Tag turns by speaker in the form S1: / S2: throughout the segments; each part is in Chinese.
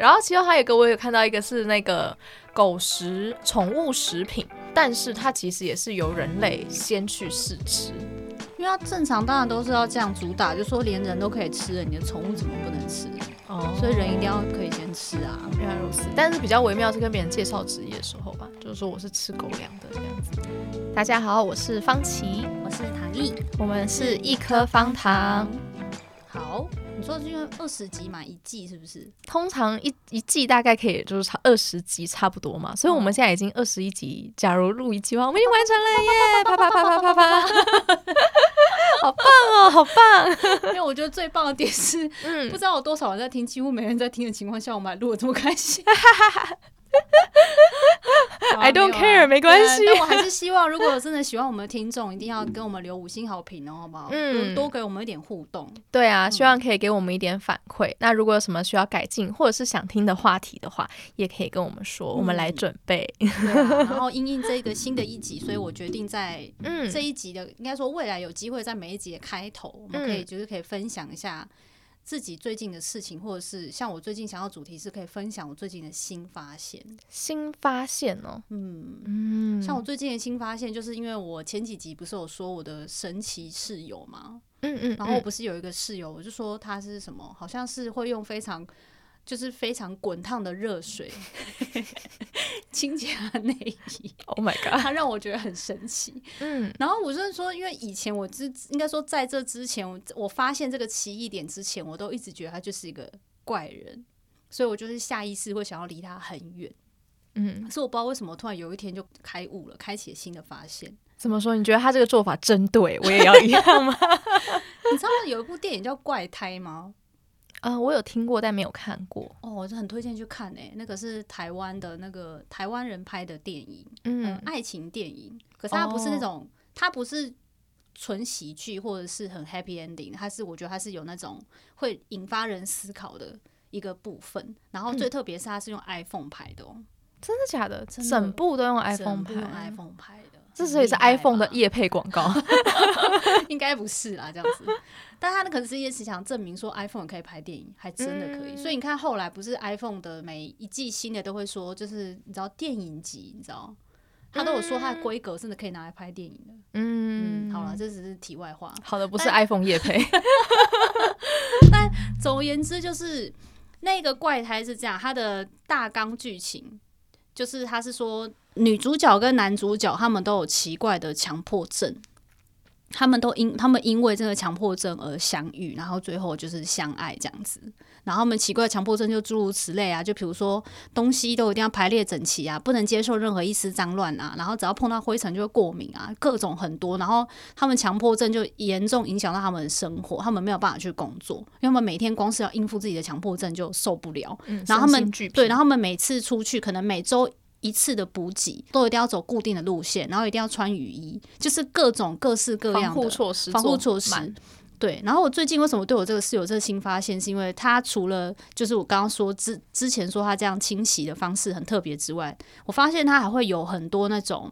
S1: 然后其中还有一个我有看到一个是那个狗食宠物食品，但是它其实也是由人类先去试吃。
S2: 因为它正常当然都是要这样主打，就说连人都可以吃了，你的宠物怎么不能吃？
S1: 哦
S2: 所以人一定要可以先吃啊。
S1: 原来如此。但是比较微妙是跟别人介绍职业的时候吧，就是说我是吃狗粮的这样子。大家好，我是方琦，
S2: 我是唐毅，
S1: 我们是一颗方糖。
S2: 好，你说是因为二十集嘛，一季是不 是？
S1: 通常一一季大概可以就是差二十集差不多嘛，所以我们现在已经二十一集，假如录一集的话，我们已经完成了耶！啪啪啪啪啪啪， 好棒哦，好棒！
S2: 因为我觉得最棒的点是，不
S1: 嗯，
S2: 知道有多少人在听，几乎没人在听的情况下，我们还录的这么开 心。好啊
S1: I don't
S2: 没有啊
S1: care，没关
S2: 对
S1: 系
S2: 但我还是希望，如果真的喜欢我们的听众，一定要跟我们留五星好评哦，好不好？
S1: 嗯
S2: 嗯，多给我们一点互动。
S1: 对啊，希望可以给我们一点反馈。那如果有什么需要改进或者是想听的话题的话，也可以跟我们说，我们来准备。
S2: 对啊然后因应这个新的一集，所以我决定在
S1: 嗯，
S2: 这一集的，应该说未来有机会在每一集的开头，我们可以
S1: 嗯
S2: 就是可以分享一下自己最近的事情，或者是像我最近想要主题是可以分享我最近的新发现。
S1: 新发现哦，
S2: 嗯，
S1: 嗯，
S2: 像我最近的新发现，就是因为我前几集不是有说我的神奇室友嘛，
S1: 嗯嗯，
S2: 然后我不是有一个室友，我就说他是什么，好像是会用非常。就是非常滚烫的热水 清洁他内 衣，
S1: ，Oh my God，
S2: 他让我觉得很神奇。
S1: 嗯
S2: 然后我就是说，因为以前我之应该说在这之前，我我发现这个奇异点之前，我都一直觉得他就是一个怪人，所以我就是下意识会想要离他很远。
S1: 嗯，
S2: 可是我不知道为什么，突然有一天就开悟了，开启了新的发现。
S1: 怎么说？你觉得他这个做法真对，我也要一样吗？
S2: 你知道有一部电影叫《怪胎》吗？
S1: 呃，我有听过，但没有看过。
S2: 哦，我是很推荐去看诶、那个是台湾的那个台湾人拍的电影，嗯、
S1: 嗯
S2: 爱情电影。可是它不是那
S1: 哦
S2: 种，它不是纯喜剧或者是很 happy ending，它是我觉得它是有那种会引发人思考的一个部分。然后最
S1: 嗯
S2: 特别是它是用 iPhone 拍的哦、
S1: 真的假的？
S2: 真的
S1: 整部都用 iPhone
S2: 整部
S1: 拍
S2: 用 iPhone 拍的，
S1: 这所以是
S2: 很厉害
S1: iPhone 的
S2: 吧
S1: 夜配广告。
S2: 应该不是啦，这样子。 但他可能是也是想证明说 iPhone 也可以拍电影，还真的可以。
S1: 嗯
S2: 所以你看后来不是 iPhone 的每一季新的都会说，就是你知道电影级，你知道。他都有说它的规格真的可以拿来拍电影的，
S1: 嗯
S2: 嗯，好了，，这只是题外话。
S1: 好的，不是 iPhone 夜配。
S2: 总而言之，就是那个怪胎是这样，它的大纲剧情就是它是说女主角跟男主角他们都有奇怪的强迫症，他们都因他们因为这个强迫症而相遇，然后最后就是相爱这样子。然后他们奇怪的强迫症就诸如此类啊，就比如说东西都一定要排列整齐啊，不能接受任何一丝脏乱啊，然后只要碰到灰尘就会过敏啊，各种很多。然后他们强迫症就严重影响到他们的生活，他们没有办法去工作，因为他们每天光是要应付自己的强迫症就受不了。
S1: 嗯
S2: 然后他们对，然
S1: 后
S2: 后他们每次出去，可能每周一次的补给都一定要走固定的路线，然后一定要穿雨衣，就是各种各式各
S1: 防
S2: 样
S1: 护
S2: 的
S1: 措施
S2: 防
S1: 做
S2: 护措施
S1: 满。
S2: 对，然后我最近为什么对我这个室友这个新发现，是因为他除了就是我刚刚说之之前说他这样清洗的方式很特别之外，我发现他还会有很多那种，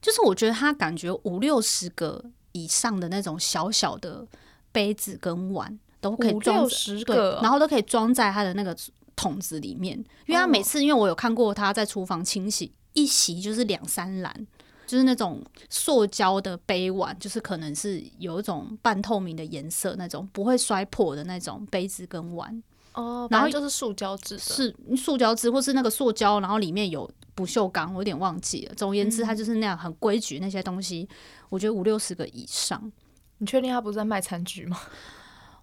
S2: 就是我觉得他感觉五六十个以上的那种小小的杯子跟碗都可以
S1: 五
S2: 装
S1: 六
S2: 着
S1: 十
S2: 对
S1: 个，，哦
S2: 然后都可以装在他的那个桶子里面，因为他每
S1: 哦
S2: 次，因为我有看过他在厨房清洗，一洗就是两三篮，就是那种塑胶的杯碗，就是可能是有一种半透明的颜色那种，不会摔破的那种杯子跟碗，
S1: 哦，然
S2: 然后
S1: 后就是塑胶制的，
S2: 是塑胶纸或是那个塑胶，然后里面有不锈钢，我有点忘记了。总而言
S1: 嗯
S2: 之，它就是那样很规矩那些东西，我觉得五六十个以上，
S1: 你确定他不是在卖餐具吗？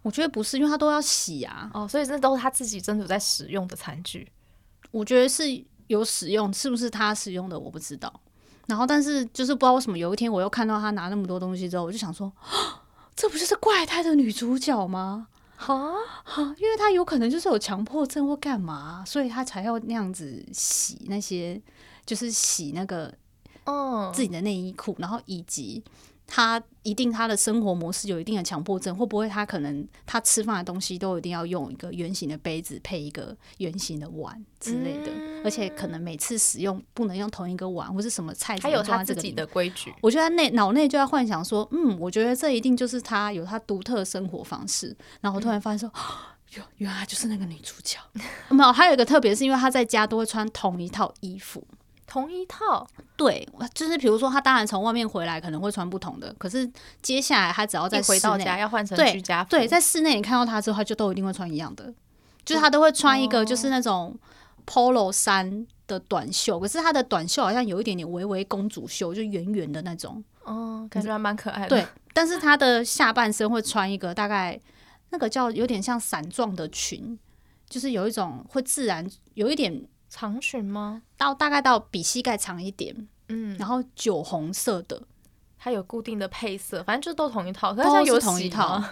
S2: 我觉得不是，因为它都要洗啊，
S1: 哦，所以这都是他自己真的有在使用的餐具。
S2: 我觉得是有使用，是不是他使用的我不知道。然后，但是就是不知道为什么，有一天我又看到他拿那么多东西之后，我就想说，啊这不就是怪胎的女主角吗？
S1: 哈，
S2: 啊，因为她有可能就是有强迫症或干嘛，所以她才要那样子洗那些，就是洗那个
S1: 嗯，
S2: 自己的内衣裤，然后以及她一定她的生活模式有一定的强迫症，会不会她可能她吃饭的东西都一定要用一个圆形的杯子配一个圆形的碗之类的，而且可能每次使用不能用同一个碗或是什么菜，
S1: 嗯他有他
S2: 他
S1: 自己。的规矩。
S2: 我觉得他内脑内就在幻想说，嗯，我觉得这一定就是他有他独特的生活方式。然后我突然发现说，哟，原来就是那个女主角。 没有，还有一个特别是因为她在家都会穿同一套衣服。
S1: 同一套，
S2: 对，就是比如说她当然从外面回来可能会穿不同的，可是接下来她只要在
S1: 一回到
S2: 室内
S1: 家要换成
S2: 对
S1: 居家服，
S2: 对，在室内你看到他之后，他就都一定会穿一样的，就是
S1: 哦
S2: 他都会穿一个就是那种 polo 衫的短袖，可是他的短袖好像有一点点微微公主袖，就圆圆的那种。
S1: 哦，感觉还蛮可爱的。
S2: 嗯对，但是他的下半身会穿一个大概那个叫有点像伞状的裙，就是有一种会自然有一点
S1: 长裙吗？
S2: 到大概到比膝盖长一点，
S1: 嗯，
S2: 然后酒红色的，
S1: 它有固定的配色，反正就是都同一套，可
S2: 都
S1: 它
S2: 是
S1: 有
S2: 同一
S1: 洗
S2: 套
S1: 吗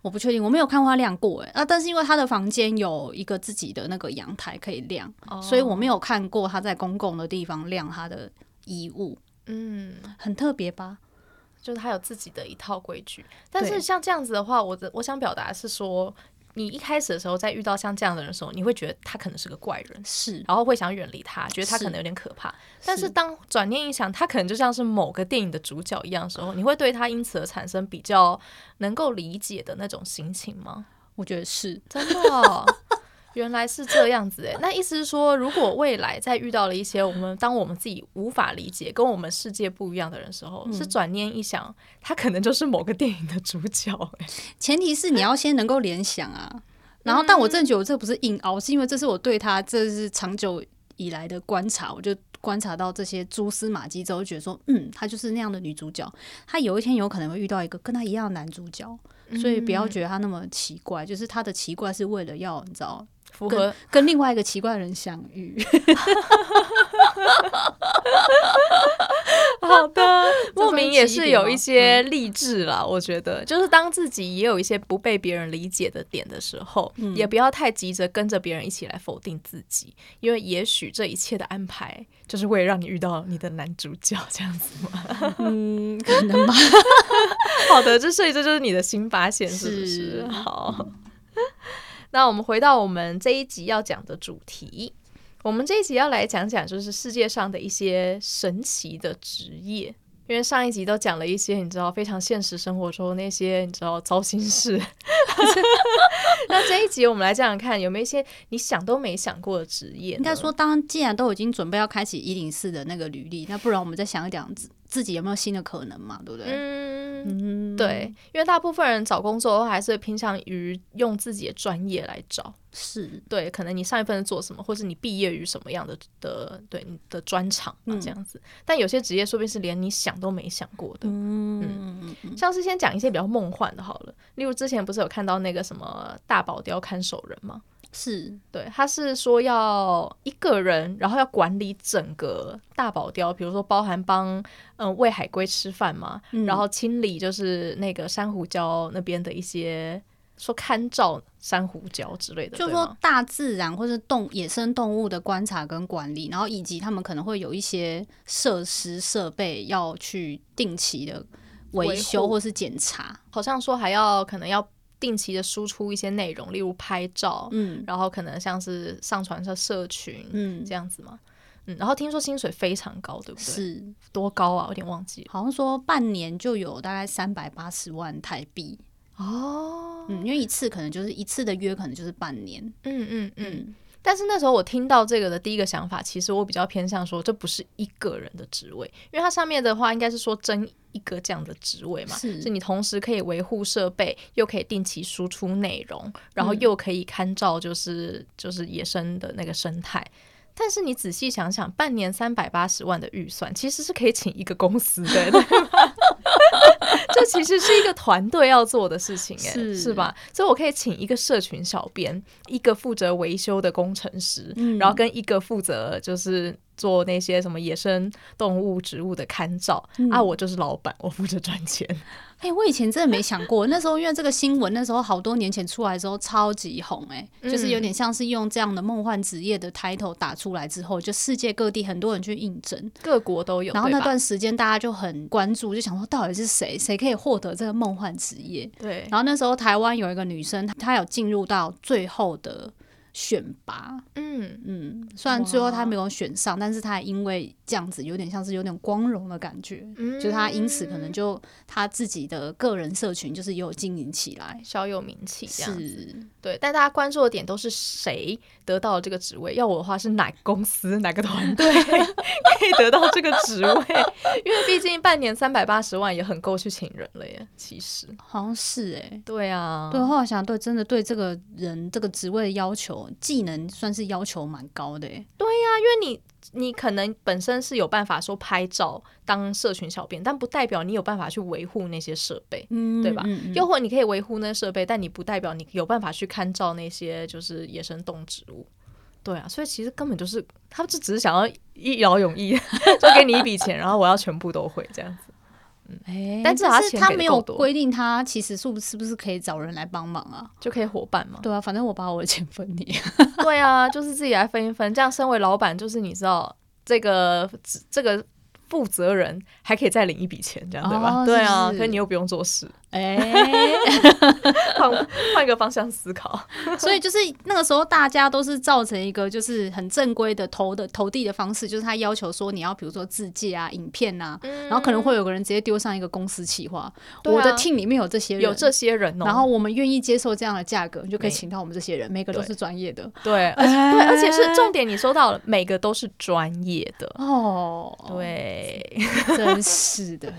S2: 我不确定，我没有看过他晾过哎、啊，但是因为他的房间有一个自己的那个阳台可以晾。
S1: 哦
S2: 所以我没有看过他在公共的地方晾他的衣物，
S1: 嗯，
S2: 很特别吧？
S1: 就是他有自己的一套规矩。但是
S2: 对
S1: 像这样子的话，我的我想表达的是说，你一开始的时候在遇到像这样的人的时候，你会觉得他可能是个怪人，
S2: 是，
S1: 然后会想远离他，觉得他可能有点可怕。但是当转念一想，他可能就像是某个电影的主角一样的时候，你会对他因此而产生比较能够理解的那种心情吗？
S2: 我觉得是
S1: 真的、哦。原来是这样子诶，那意思是说，如果未来再遇到了一些我们当我们自己无法理解、跟我们世界不一样的人的时候，是转念一想，他可能就是某个电影的主角 诶。
S2: 前提是你要先能够联想啊。然后，但我真的觉得我这不是硬凹，是因为这是我对他这是长久以来的观察，我就观察到这些蛛丝马迹之后，就觉得说，嗯，她就是那样的女主角，她有一天有可能会遇到一个跟她一样的男主角，所以不要觉得她那么奇怪，就是她的奇怪是为了要你知道
S1: 符合
S2: 跟跟另外一个奇怪的人相 遇。
S1: 好的，莫名也
S2: 这算
S1: 是
S2: 起点吗
S1: 有一些励志啦。我觉得，就是当自己也有一些不被别人理解的点的时候，也不要太急着跟着别人一起来否定自己，因为也许这一切的安排就是为了让你遇到你的男主角这样子嘛。
S2: 嗯，可能吧。
S1: 好的，这所以这就是你的新发现，是不是？
S2: 是
S1: 好， 那我们回到我们这一集要讲的主题。我们这一集要来讲讲，就是世界上的一些神奇的职业，因为上一集都讲了一些你知道非常现实生活中那些你知道糟心事。 那这一集我们来讲讲看，有没有一些你想都没想过的职业呢？
S2: 应该说，当既然都已经准备要开启一零四的那个履历，那不然我们再想一想自自己有没有新的可能嘛，对不对？
S1: 嗯，
S2: 嗯，
S1: 对，因为大部分人找工作的话，还是会偏向于用自己的专业来找。
S2: 是
S1: 对，可能你上一份是做什么，或是你毕业于什么样的的对你的专长啊、
S2: 嗯
S1: 这样子。但有些职业说不定是连你想都没想过的。
S2: 嗯，嗯
S1: 像是先讲一些比较梦幻的好了，例如之前不是有看到那个什么大堡雕看守人吗？
S2: 是
S1: 对，他是说要一个人，然后要管理整个大堡雕，比如说包含帮嗯喂海龟吃饭嘛，
S2: 嗯
S1: 然后清理就是那个珊瑚礁那边的一些说看照珊瑚礁之类的，
S2: 就
S1: 对吗
S2: 说大自然或是动野生动物的观察跟管理，然后以及他们可能会有一些设施设备要去定期的维
S1: 维
S2: 修
S1: 护
S2: 或是检查，
S1: 好像说还要可能要定期的输出一些内容，例如拍照，
S2: 嗯
S1: 然后可能像是上传到社群、
S2: 嗯
S1: 这，样子嘛。嗯，然后听说薪水非常高，对不对？
S2: 是
S1: 多高啊？有点忘记了。
S2: 好像说半年就有大概三百八十万台币，
S1: 哦，
S2: 嗯，因为一次可能就是一次的约，可能就是半年。
S1: 嗯嗯嗯。
S2: 嗯，
S1: 但是那时候我听到这个的第一个想法，其实我比较偏向说，这不是一个人的职位，因为它上面的话应该是说争一个这样的职位嘛，
S2: 是
S1: 你同时可以维护设备，又可以定期输出内容，然后
S2: 嗯
S1: 又可以看照就是、就是野生的那个生态。但是你仔细想想，半年三百八十万的预算，其实是可以请一个公司的，对吧？ 这其实是一个团队要做的事情、哎，
S2: 是
S1: 是吧？所以我可以请一个社群小编，一个负责维修的工程师，
S2: 嗯
S1: 然后跟一个负责就是做那些什么野生动物、植物的看照、
S2: 嗯
S1: 啊，我就是老板，我负责赚 钱。
S2: 哎、我以前真的没想过，那时候因为这个新闻，那时候好多年前出来之后超级红、诶，哎，就是
S1: 嗯
S2: 有点像是用这样的梦幻职业的 title 打出来之后，就世界各地很多人去应征，
S1: 各国都有，
S2: 然后
S1: 对
S2: 那
S1: 吧
S2: 段时间大家就很关注，就想说到底是谁谁可以获得这个梦幻职业。
S1: 对，
S2: 然后那时候台湾有一个女生，她有进入到最后的选拔，
S1: 嗯，
S2: 嗯，虽然最后他没有选上，但是他因为这样子，有点像是有点光荣的感觉，
S1: 嗯
S2: 就他因此可能就他自己的个人社群就是也有经营起来，
S1: 小有名气这样。
S2: 是
S1: 对，但大家关注的点都是谁得到了这个职位。要我的话，是哪个公司、哪个团队 可以得到这个职位？ 因为毕竟半年三百八十万也很够去请人了耶。其实，
S2: 好像是哎、
S1: 对啊，
S2: 对，后来想，对，真的对这个人这个职位的要求，技能算是要求蛮高的、欸。
S1: 因为你你可能本身是有办法说拍照当社群小编，但不代表你有办法去维护那些设备。
S2: 嗯
S1: 对吧
S2: 嗯嗯
S1: 又或者你可以维护那设备，但你不代表你有办法去看照那些就是野生动植物。对啊，所以其实根本就是他们就只是想要一劳永逸， 就给你一笔钱，然后我要全部都会这样子。
S2: 哎
S1: 但
S2: 但
S1: 至
S2: 是
S1: 少他钱
S2: 他
S1: 给得
S2: 没
S1: 够
S2: 有
S1: 多
S2: 规定他其实是不是不是可以找人来帮忙啊？
S1: 就可以伙伴嘛？
S2: 对啊，反正我把我的钱分你。
S1: 对啊，就是自己来分一分。这样，身为老板，就是你知道这个这个负责人还可以再领一笔钱，这样对吧？
S2: 哦
S1: 对啊，
S2: 是是
S1: 可你又不用做事，
S2: 哎、
S1: 换换一个方向思考。
S2: 所以就是那个时候，大家都是造成一个就是很正规的投的投递的方式，就是他要求说你要比如说自介啊、影片啊，然后可能会有个人直接丢上一个公司企划，
S1: 嗯对啊
S2: 我的 team 里面有这些人，
S1: 有这些人哦，
S2: 然后我们愿意接受这样的价格，你就可以
S1: 没
S2: 请到我们这些人，每个都
S1: 对
S2: 是专业的
S1: 对，而且对，而且是重点，你说到了，每个都是专业的，
S2: 哦，
S1: 对，
S2: 真是的，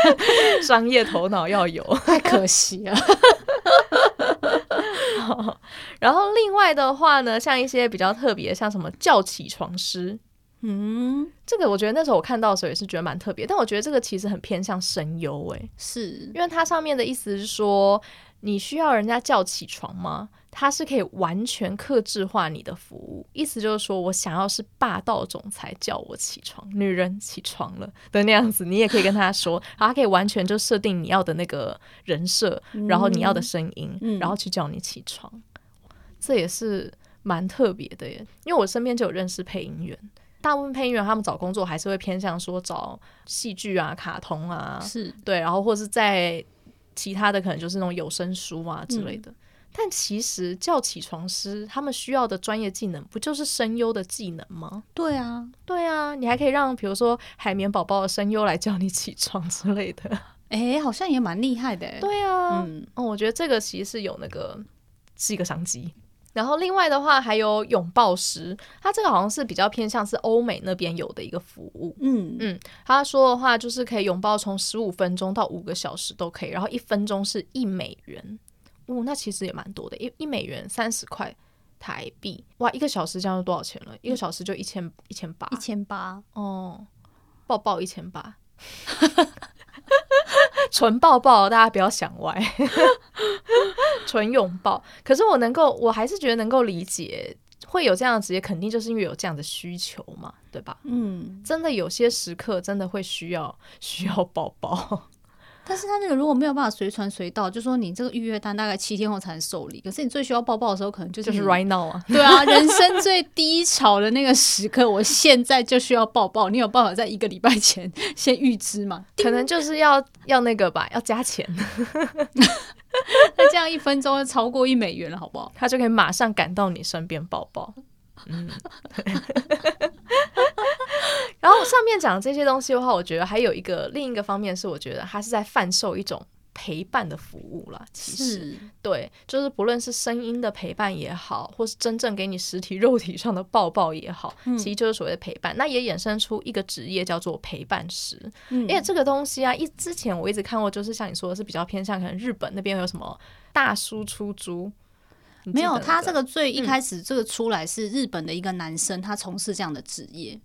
S1: 商业头脑要有。
S2: 太可惜了。
S1: 然后另外的话呢，像一些比较特别，像什么叫起床师，
S2: 嗯，
S1: 这个我觉得那时候我看到的时候也是觉得蛮特别，但我觉得这个其实很偏向声优欸诶，
S2: 是
S1: 因为它上面的意思是说，你需要人家叫起床吗？它是可以完全克制化你的服务，意思就是说我想要是霸道总裁叫我起床，女人起床了的那样子，你也可以跟他说，然后他可以完全就设定你要的那个人设，然后你要的声音，
S2: 嗯
S1: 然后去叫你起床，这也是蛮特别的耶。因为我身边就有认识配音员，大部分配音员他们找工作还是会偏向说找戏剧啊、卡通啊，
S2: 嗯是
S1: 对，然后或是在其他的可能就是那种有声书啊之类的。但其实叫起床师他们需要的专业技能，不就是声优的技能吗？
S2: 对啊，
S1: 对啊，你还可以让比如说海绵宝宝的声优来叫你起床之类的。
S2: 哎、好像也蛮厉害的、欸。
S1: 对啊，
S2: 嗯，
S1: 哦，我觉得这个其实是有那个是一个商机。然后另外的话，还有拥抱师，它这个好像是比较偏向是欧美那边有的一个服务。
S2: 嗯
S1: 嗯他说的话就是可以拥抱从十五分钟到五个小时都可以，然后一分钟是一美元，哦，那其实也蛮多的，一一美元三十块台币，哇，一个小时这样就多少钱了？一个小时就一千一千八
S2: 一，千八，
S1: 哦，抱抱一千八， 纯抱抱，大家不要想歪， 纯拥抱。可是我能够，我还是觉得能够理解，会有这样的职业，肯定就是因为有这样的需求嘛，对吧？
S2: 嗯，
S1: 真的有些时刻真的会需要 需要宝宝，
S2: 但是他那个如果没有办法随传随到，就说你这个预约单大概七天后才能受理，可是你最需要抱抱的时候，可能就是
S1: 就
S2: 你
S1: 是 right now 啊。
S2: 对啊，人生最低潮的那个时刻，我现在就需要抱抱。你有办法在一个礼拜前先预知吗？
S1: 可能就是要要那个吧，要加钱，
S2: 那这样一分钟就超过一美元了，好不好？
S1: 他就可以马上赶到你身边抱抱。嗯， 然后上面讲的这些东西的话，我觉得还有一个另一个方面是，我觉得它是在贩售一种陪伴的服务啦。其实，对，就是不论是声音的陪伴也好，或是真正给你实体 肉体上的抱抱也好，
S2: 嗯
S1: 其实就是所谓的陪伴。那也衍生出一个职业叫做陪伴师。因
S2: 嗯
S1: 为这个东西啊，一之前我一直看过，就是像你说的是比较偏向可能日本那边有什么大叔出租，你
S2: 没
S1: 记
S2: 有，
S1: 得
S2: 他
S1: 那
S2: 这个最
S1: 嗯
S2: 一开始这个出来是日本的一个男生，他从事这样的职业，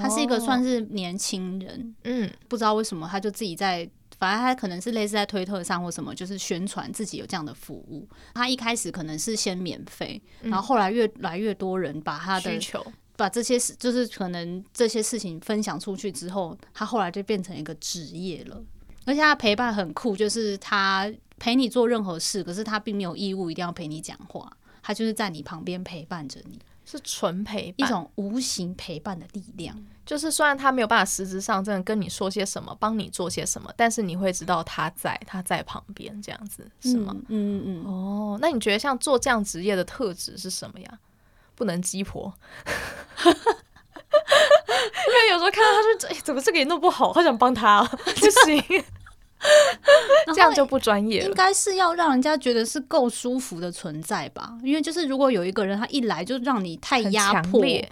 S2: 他是一个算
S1: 哦
S2: 是年轻人，
S1: 嗯
S2: 不知道为什么他就自己在。反正他可能是类似在推特上或什么，就是宣传自己有这样的服务。他一开始可能是先免费，然后后来越来越多人把他的
S1: 需求，
S2: 把这些事，就是可能这些事情分享出去之后，他后来就变成一个职业了。而且他陪伴很酷，就是他陪你做任何事，可是他并没有义务一定要陪你讲话，他就是在你旁边陪伴着你，
S1: 是纯陪
S2: 一
S1: 伴，
S2: 种无形陪伴的力量。
S1: 就是虽然他没有办法实质上真的跟你说些什么，帮你做些什么，但是你会知道他在，他在旁边这样子，是吗？？
S2: 嗯嗯嗯。
S1: 哦，那你觉得像做这样职业的特质是什么呀？不能鸡婆。 因为有时候看到他说：“哎、怎么这个也弄不好？好想帮他、哦，不 行，
S2: 然后
S1: 这样就不专业
S2: 应
S1: 了。
S2: 该是要让人家觉得是够舒服的存在吧，因为就是如果有一个人他一来就让你太”
S1: 很
S2: 压
S1: 强
S2: 迫，
S1: 烈，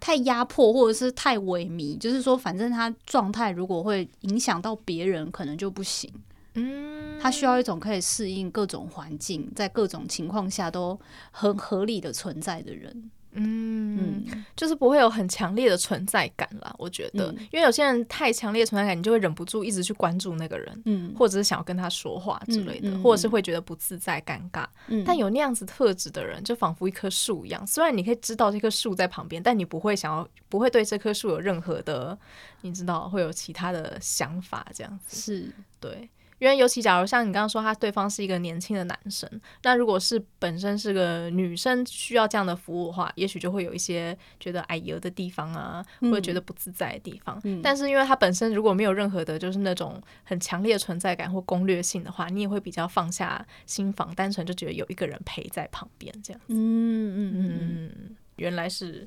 S2: 太压迫或者是太萎靡，就是说反正他状态如果会影响到别人，可能就不行。
S1: 嗯，
S2: 他需要一种可以适应各种环境，在各种情况下都很合理的存在的人。
S1: 嗯，
S2: 嗯，
S1: 就是不会有很强烈的存在感啦。我觉得，
S2: 嗯
S1: 因为有些人太强烈的存在感，你就会忍不住一直去关注那个人，
S2: 嗯
S1: 或者是想要跟他说话之类的，
S2: 嗯嗯
S1: 或者是会觉得不自在、尴尬。
S2: 嗯
S1: 但有那样子特质的人，就仿佛一棵树一样，虽然你可以知道这棵树在旁边，但你不会想要，不会对这棵树有任何的，你知道会有其他的想法这样子。
S2: 是
S1: 对，因为尤其假如像你刚刚说，他对方是一个年轻的男生，那如果是本身是个女生需要这样的服务的话，也许就会有一些觉得矮油的地方啊，或者觉得不自在的地方。
S2: 嗯
S1: 但是因为他本身如果没有任何的，就是那种很强烈的存在感或攻略性的话，你也会比较放下心防，单纯就觉得有一个人陪在旁边这样。
S2: 嗯嗯嗯
S1: 嗯，原来是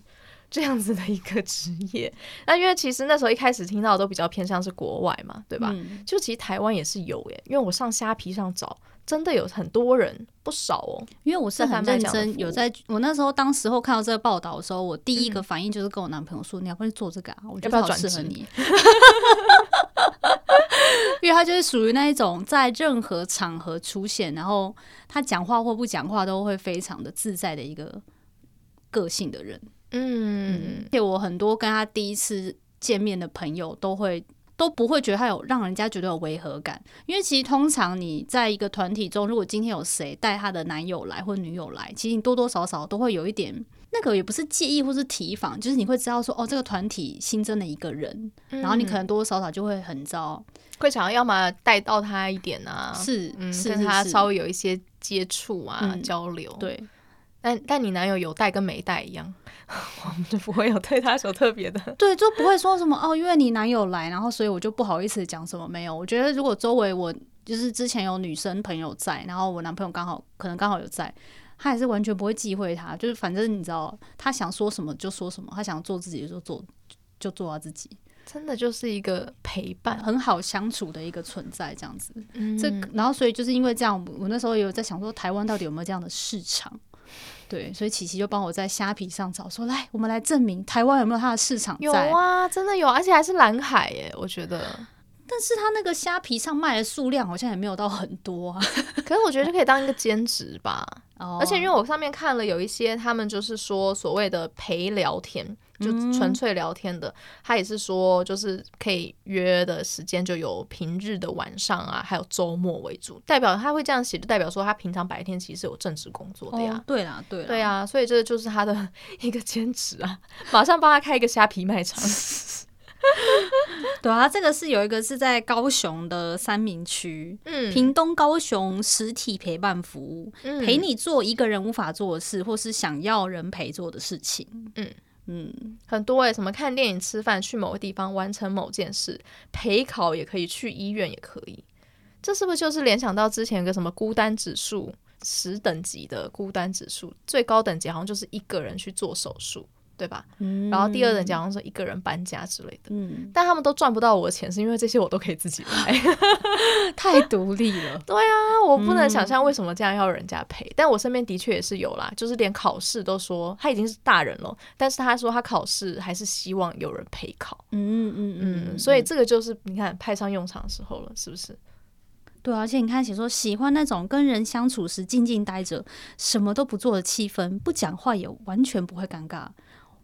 S1: 这样子的一个职业。那因为其实那时候一开始听到的都比较偏向是国外嘛，对
S2: 对
S1: 吧？就其实台湾也是有耶，因为我上虾皮上找，真的有很多人，不少哦。
S2: 因为我是
S1: 这还
S2: 很
S1: 蛮
S2: 认
S1: 讲的
S2: 真，
S1: 服
S2: 有
S1: 务嗯
S2: 在我那时候当时候看到这个报道的时候，我第一个反应就是跟我男朋友说：“你要不要去做这个啊？我觉
S1: 要不
S2: 得
S1: 要
S2: 好
S1: 转
S2: 适
S1: 职
S2: 合你。” 因为他就是属于那一种在任何场合出现，然后他讲话或不讲话都会非常的自在的一个个性的人。
S1: 嗯
S2: 而且我很多跟他第一次见面的朋友都会都不会觉得他有让人家觉得有违和感，因为其实通常你在一个团体中，如果今天有谁带她的男友来或女友来，其实你多多少少都会有一点。那个也不是介意或是提防，就是你会知道说，哦，这个团体新增了一个人，
S1: 嗯
S2: 然后你可能多多少少就会很糟，
S1: 会想要要么带到他一点啊，
S2: 是
S1: 嗯，
S2: 是
S1: 跟
S2: 是
S1: 他
S2: 是
S1: 稍微有一些接触啊、
S2: 嗯
S1: 交流。，
S2: 对，
S1: 但但你男友有带跟没带一样， 我们就不会有对他有特别的。
S2: 对，就不会说什么哦，因为你男友来，然后所以我就不好意思讲什么没有。我觉得如果周围我就是之前有女生朋友在，然后我男朋友刚好可能刚好有在，他也是完全不会忌讳他，就是反正你知道他想说什么就说什么，他想做自己就做就做他自己，
S1: 真的就是一个陪伴，
S2: 很好相处的一个存在这样子。
S1: 嗯
S2: 这然后所以就是因为这样，我我那时候也有在想说，台湾到底有没有这样的市场？对，所以琪琪就帮我在虾皮上找说，来，我们来证明台湾有没有它的市场在。
S1: 有啊，真的有，而且还是蓝海耶，我觉得。
S2: 但是他那个虾皮上卖的数量好像也没有到很多啊。
S1: 可是我觉得就可以当一个兼职吧。
S2: 哦
S1: 而且因为我上面看了有一些，他们就是说所谓的陪聊天，就
S2: 嗯
S1: 纯粹聊天的，他也是说就是可以约的时间就有平日的晚上啊，还有周末为主，代表他会这样写，就代表说他平常白天其实是有正职工作的呀。
S2: 哦，对啦，对啦，
S1: 对啊，所以这就是他的 一个兼职啊，马上帮他开一个虾皮卖 场。
S2: 对啊，这个是有一个是在高雄的三明区。
S1: 嗯，
S2: 屏东、高雄实体陪伴服务，
S1: 嗯
S2: 陪你做一个人无法做的事，或是想要人陪做的事情。
S1: 嗯
S2: 嗯，
S1: 很多诶、什么看电影、吃饭、去某个地方完成某件事，陪考也可以，去医院也可以。这是不是就是联想到之前有个什么孤单指数十等级的孤单指数，最高等级好像就是一个人去做手术，对吧？
S2: 嗯
S1: 然后第二等级好像是一个人搬家之类的。
S2: 嗯，
S1: 但他们都赚不到我的钱，是因为这些我都可以自己来。
S2: 太独立了。
S1: 啊，我不能想象为什么这样要人家陪。但我身边的确也是有啦，就是连考试都说他已经是大人了，但是他说他考试还是希望有人陪考。
S2: 嗯嗯
S1: 嗯，所以这个就是你看派上用场的时候了，是不 是？
S2: 对啊，而且你看，写说喜欢那种跟人相处时静静待着，什么都不做的气氛，不讲话也完全不会尴尬。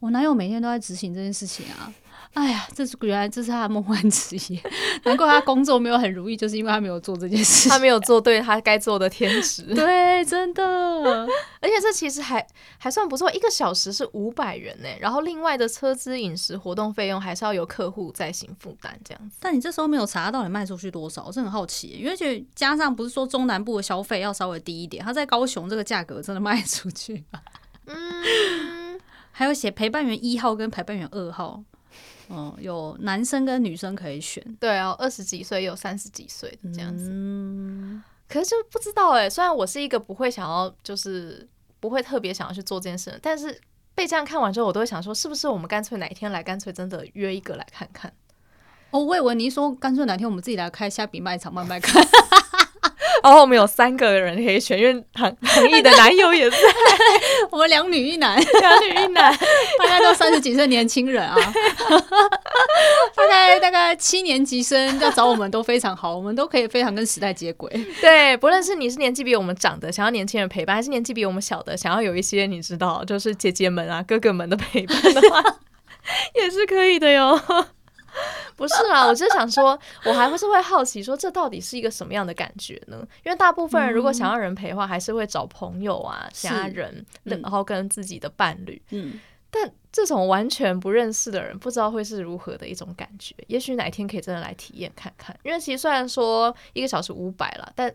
S2: 我男友每天都在执行这件事情啊！哎呀，这是原来这是他的梦幻职业， 难怪他工作没有很如意，就是因为他没有做这件 事
S1: 他。没有做对他该做的天职，
S2: 对，真的，
S1: 而且这其实还还算不错，一个小时是五百元呢，然后另外的车资、饮食、活动费用还是要由客户再行负担，这样子。
S2: 但你这时候没有查到底卖出去多少，我是很好奇，因为觉得加上不是说中南部的消费要稍微低一点，他在高雄这个价格真的 卖出去吗？
S1: 嗯，
S2: 还有写陪伴员一号跟陪伴员二号，嗯，有男生跟女生可以选。
S1: 对啊，二十几岁也有三十几岁的这样子，
S2: 嗯，
S1: 可是就不知道哎，虽然我是一个不会想要就是不会特别想要去做这件事的，但是被这样看完之后，我都会想说，是不是我们干脆哪一天来，干脆真的约一个来看看？
S2: 哦，我以为你说干脆哪天我们自己来开虾比卖场慢慢看，
S1: 然后我们有三个人可以选，因为唐唐毅的男友也在，
S2: 我们两女一男，
S1: 两女一男，
S2: 大概都三十几岁年轻人啊， 大概大概七年级生要找我们都非常好，我们都可以非常跟时代接轨。
S1: 对，不论是你是年纪比我们长的，想要年轻人陪伴，还是年纪比我们小的，想要有一些你知道，就是姐姐们啊、哥哥们的陪伴的话， 也是可以的哟。 不是啦，我就想说，我还是会好奇说，这到底是一个什么样的感觉呢？因为大部分人如果想要人陪的话，还是会找朋友啊、
S2: 嗯是
S1: 家人，
S2: 嗯
S1: 然后跟自己的伴侣。
S2: 嗯，
S1: 但这种完全不认识的人，不知道会是如何的一种感觉。也许哪一天可以真的来体验看看，因为其实虽然说一个小时五百了，但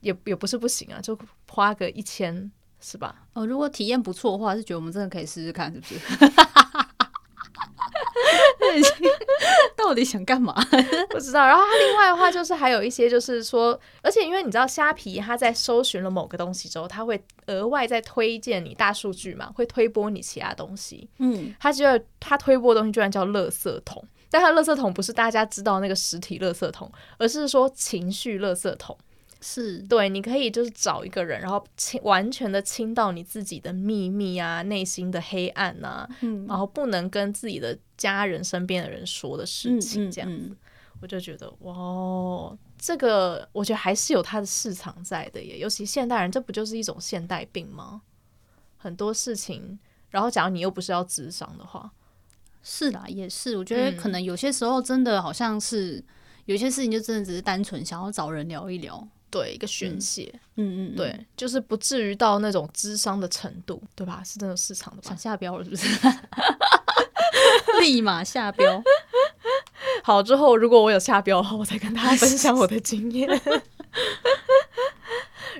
S1: 也也不是不行啊，就花个一千是吧？
S2: 哦，如果体验不错的话，是觉得我们真的可以试试看，是不 是？到底想干嘛？
S1: 不知道。然后它另外的话就是还有一些就是说，而且因为你知道虾皮它在搜呃寻了某个东西之后，它会额外再推荐你大数据嘛，会推播你其他东西。
S2: 嗯，
S1: 他觉得他推播的东西居然叫垃圾桶，但他的垃圾桶不是大家知道那个实体垃圾桶，而是说情绪垃圾桶。
S2: 是
S1: 对，你可以就是找一个人，然后倾完全的倾倒你自己的秘密啊、内心的黑暗呐、
S2: 嗯
S1: 然后不能跟自己的家人、身边的人说的事
S2: 嗯
S1: 情，
S2: 嗯
S1: 这样、
S2: 嗯
S1: 我就觉得哇，这个我觉得还是有它的市场在的耶，尤其现代人，这不就是一种现代病吗？很多事情，然后假如你又不是要智商的话，
S2: 是啦，也是。我觉得可能有些时候真的好像是有些事情，就真的只是单纯想要找人聊一聊。
S1: 对一个宣泄，
S2: 嗯嗯，嗯，
S1: 对，就是不至于到那种智商的程度，对吧？是真的有市场的吧
S2: 想？下标了是不 是？立马下标。
S1: 好，之后如果我有下标的话，我再跟大家分享我的经验。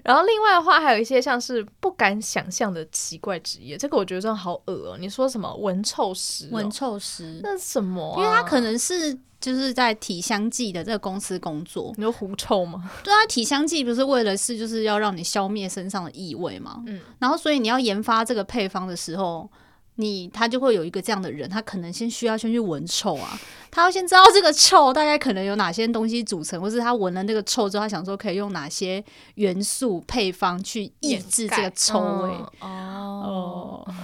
S1: 然后另外的话，还有一些像是不敢想象的奇怪职业，这个我觉得真的好恶哦、你说什么闻臭师、
S2: 闻，臭师，
S1: 那是什么、啊
S2: 因为他可能是就是在体香剂的这个公司工作，
S1: 你说狐臭吗？
S2: 对啊，体香剂不是为了是就是要让你消灭身上的异味嘛，
S1: 嗯
S2: 嗯，然后所以你要研发这个配方的时候。你他就会有一个这样的人，他可能先需要先去闻臭啊，他要先知道这个臭大概可能有哪些东西组成，或是他闻了那个臭之后，他想说可以用哪些元素配方去抑制这个臭味。
S1: 嗯哦，
S2: 哦，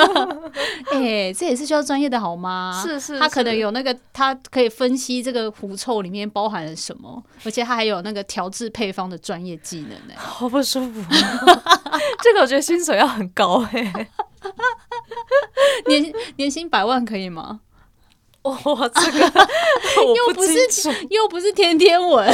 S2: 哎、这也是需要专业的好吗？
S1: 是是
S2: 他可能
S1: 是
S2: 有那个，他可以分析这个狐臭里面包含了什么，而且他还有那个调制配方的专业技能 呢、
S1: 好不舒服、哦 这个我觉得薪水要很高哎、
S2: 年年薪百万可以吗？
S1: 哇，这个 我
S2: 又
S1: 不
S2: 不是
S1: 清楚，
S2: 又不是天天闻，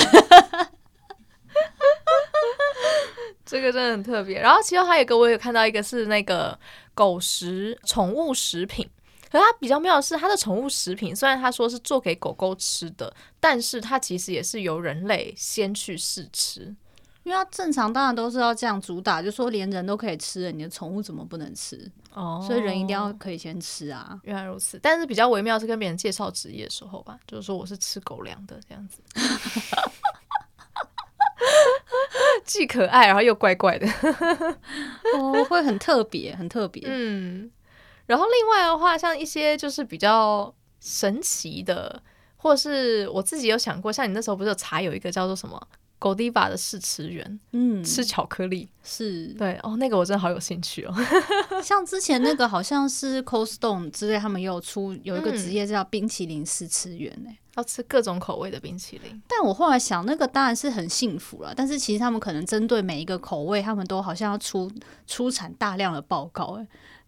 S1: 这个真的很特别。然后其中还有一个，我有看到一个是那个狗食宠物食品。可是它比较妙的是，它的宠物食品虽然它说是做给狗狗吃的，但是它其实也是由人类先去试吃。
S2: 因为它正常当然都是要这样主打，就说连人都可以吃了，你的宠物怎么不能吃？
S1: 哦
S2: 所以人一定要可以先吃啊。
S1: 原来如此。但是比较微妙是跟别人介绍职业的时候吧，就是说我是吃狗粮的这 样子，既可爱然后又怪怪的。
S2: 哦，会很特别，很特别。
S1: 嗯，然后另外的话，像一些就是比较神奇的，或是我自己有想过，像你那时候不是有查有一个叫做什么 Godiva 的试吃员，
S2: 嗯，
S1: 吃巧克力，
S2: 是
S1: 对哦，那个我真的好有兴趣哦。
S2: 像之前那个好像是 Cold Stone 之类，他们也有出有一个职业叫冰淇淋试吃员呢、
S1: 要吃各种口味的冰淇淋，
S2: 但我后来想，那个当然是很幸福了，但是其实他们可能针对每一个口味，他们都好像要出出产大量的报告、欸，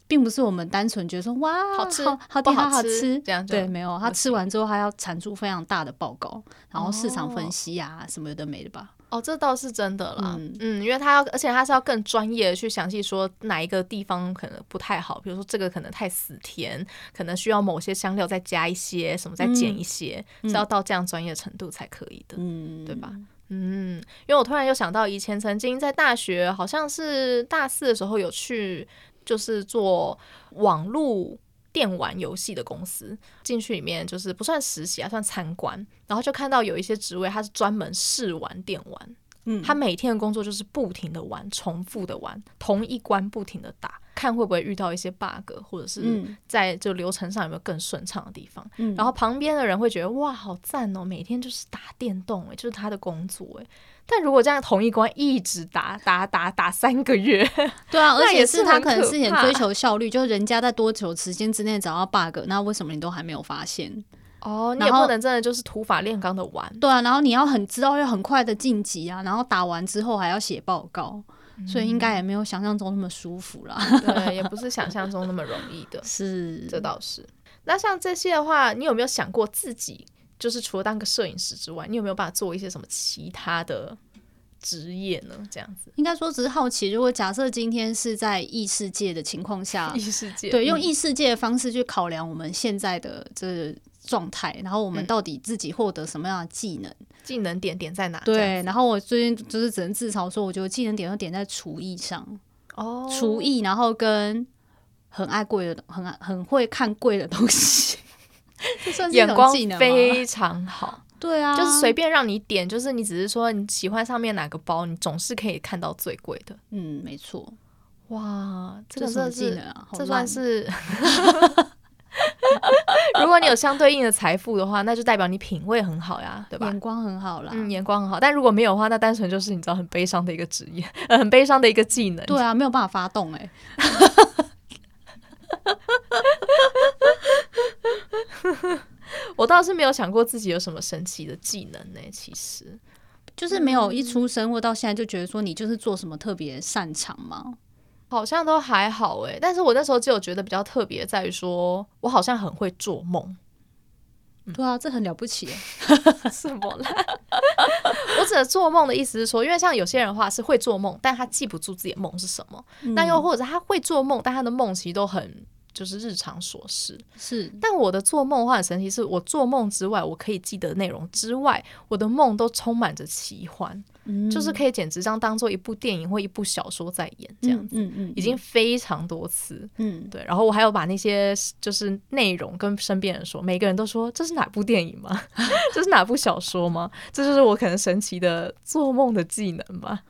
S2: 并不是我们单纯觉得说哇
S1: 好吃
S2: 好好
S1: 不
S2: 好
S1: 好吃
S2: 吃，
S1: 这样就
S2: 对，没有，他
S1: 不
S2: 吃完之后还要产出非常大的报告，然后市场
S1: 哦
S2: 分析啊、什么有的没的吧，
S1: 哦，这倒是真的啦，嗯
S2: 嗯
S1: 因为他要，而且他是要更专业的去详细说哪一个地方可能不太好，比如说这个可能太死甜，可能需要某些香料再加一些，什么再减一些，是要到这样专业程度才可以的。
S2: 嗯，
S1: 对吧？嗯，因为我突然又想到，以前曾经在大学，好像是大四的时候有去，就是做网络电玩游戏的公司，进去里面就是不算实习啊，算参观，然后就看到有一些职位，它是专门试玩电玩。
S2: 嗯，
S1: 他每天的工作就是不停的玩，重复的玩，同一关不停的打，看会不会遇到一些 bug，或者是
S2: 嗯
S1: 在就流程上有没有更顺畅的地方。
S2: 嗯
S1: 然后旁边的人会觉得哇，好赞哦，每天就是打电动诶，就是他的工作诶。但如果这样同一关一直打打打打三个 月，
S2: 对啊，而
S1: 那也
S2: 且
S1: 是
S2: 是他
S1: 很
S2: 可能
S1: 可
S2: 是也
S1: 怕
S2: 追求效率，就是人家在多久时间之内找到 bug，那为什么你都还没有发现？
S1: 哦，你
S2: 然
S1: 也不
S2: 后
S1: 能真的就是土法炼钢的玩，
S2: 对啊，然后你要很知道要很快的晋级啊，然后打完之后还要写报告，所以应该也没有想象中那么舒服啦。。
S1: 对，也不是想象中那么容易的
S2: 是，
S1: 这倒是。那像这些的话，你有没有想过自己就是除了当个摄影师之外，你有没有办法做一些什么其他的职业呢？这样子，
S2: 应该说只是好奇，如果假设今天是在异世界的情况 下
S1: 异，世界
S2: 啊对，用
S1: 嗯
S2: 异世界的方式去考量我们现在的这状态，然后我们
S1: 嗯
S2: 到底自己获得什么样的技能？啊
S1: 技能点点在哪？这样
S2: 对，然后我最近就是只能自嘲说，我觉得技能点就点在厨艺上，
S1: 哦，
S2: 厨艺，然后跟很爱贵的、很爱很会看贵的东西，这算是一
S1: 眼
S2: 种
S1: 光
S2: 技能吗？
S1: 非常好，
S2: 对 啊，
S1: 就是随便让你点，就是你只是说你喜欢上面哪个包，你总是可以看到最贵的。
S2: 嗯，没错，
S1: 哇，这个
S2: 是
S1: 真
S2: 什么
S1: 的
S2: 技
S1: 是
S2: 能啊？
S1: 这
S2: 好
S1: 算
S2: 烂
S1: 是， 如果你有相对应的财富的话，那就代表你品味很好呀，对吧
S2: 眼？光很好啦。
S1: 嗯，眼光很好，但如果没有的话，那单纯就是你知道很悲伤的一个职业， 呃，很悲伤的一个技能。
S2: 对啊，没有办法发动哎、
S1: 我倒是没有想过自己有什么神奇的技能呢、其实
S2: 就是没有
S1: 嗯
S2: 一出生或到现在就觉得说你就是做什么特别擅长吗？
S1: 好像都还好诶、但是我那时候只有觉得比较特别在于说，我好像很会做梦，嗯
S2: 对啊，这很了不起、欸。
S1: 什么啦？ 我指的做梦的意思是说，因为像有些人的话是会做梦，但他记不住自己的梦是什么， 那又或者他会做梦，但他的梦其实都很就是日常琐事。
S2: 嗯是
S1: 但我的做梦的话很神奇，是我做梦之外，我可以记得内容之外，我的梦都充满着奇幻，
S2: 嗯
S1: 就是可以简直像当做一部电影或一部小说在演这样，
S2: 嗯嗯嗯，
S1: 已经非常多次。
S2: 嗯，
S1: 对，然后我还有把那些就是内容跟身边人说，每个人都说这是哪部电影吗？ 这是哪部小说吗？这就是我可能神奇的做梦的技能吧。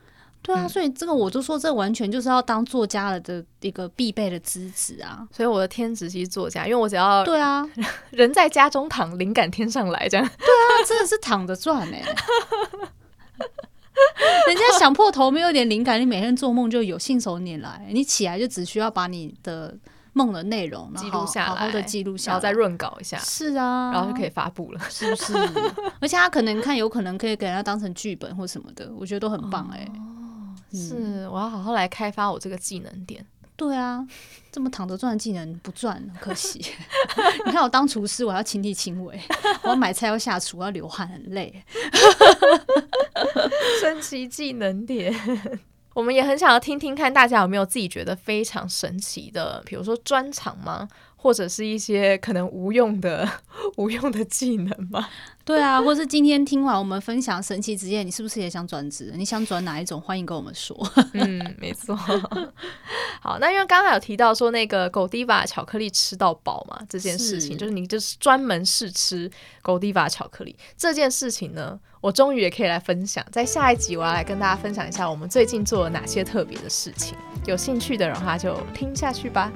S2: 对
S1: 嗯
S2: 啊，所以这个我就说，这完全就是要当作家了的一个必备的资质啊。
S1: 所以我的天职其实作家，因为我只要
S2: 对啊，
S1: 人在家中躺，灵感天上来这样。
S2: 他真的是躺着赚哎、 人家想破头没有点灵感，你每天做梦就有信手拈来，你起来就只需要把你的梦的内容然后
S1: 记录下来
S2: 好好的记录
S1: 然
S2: 下
S1: 后再
S2: 来。
S1: 润稿一下，
S2: 是啊，
S1: 然后就可以发布了。
S2: 是不是？而且他可能看，有可能可以给人家当成剧本或什么的，我觉得都很棒哎、
S1: 哦
S2: 嗯
S1: 是，我要好好来开发我这个技能点。
S2: 对啊，这么躺着赚的技能不赚，很可惜。 你看我当厨师，我要亲力亲为，我要买菜要下厨，我要流汗，很累。
S1: 神奇技能点。 我们也很想要听听看大家有没有自己觉得非常神奇的，比如说专长吗？或者是一些可能无用的、 无用的技能吗？
S2: 对啊，或是今天听完我们分享神奇职业，你是不是也想转职？你想转哪一种？欢迎跟我们说。
S1: 嗯，没错。 好，那因为刚才有提到说那个狗迪瓦巧克力吃到饱嘛，这件事情
S2: 是
S1: 就是你就是专门试吃狗迪瓦巧克力这件事情呢，我终于也可以来分享，在下一集我要来跟大家分享一下我们最近做了哪些特别的事情。有兴趣的人的话就听下去吧。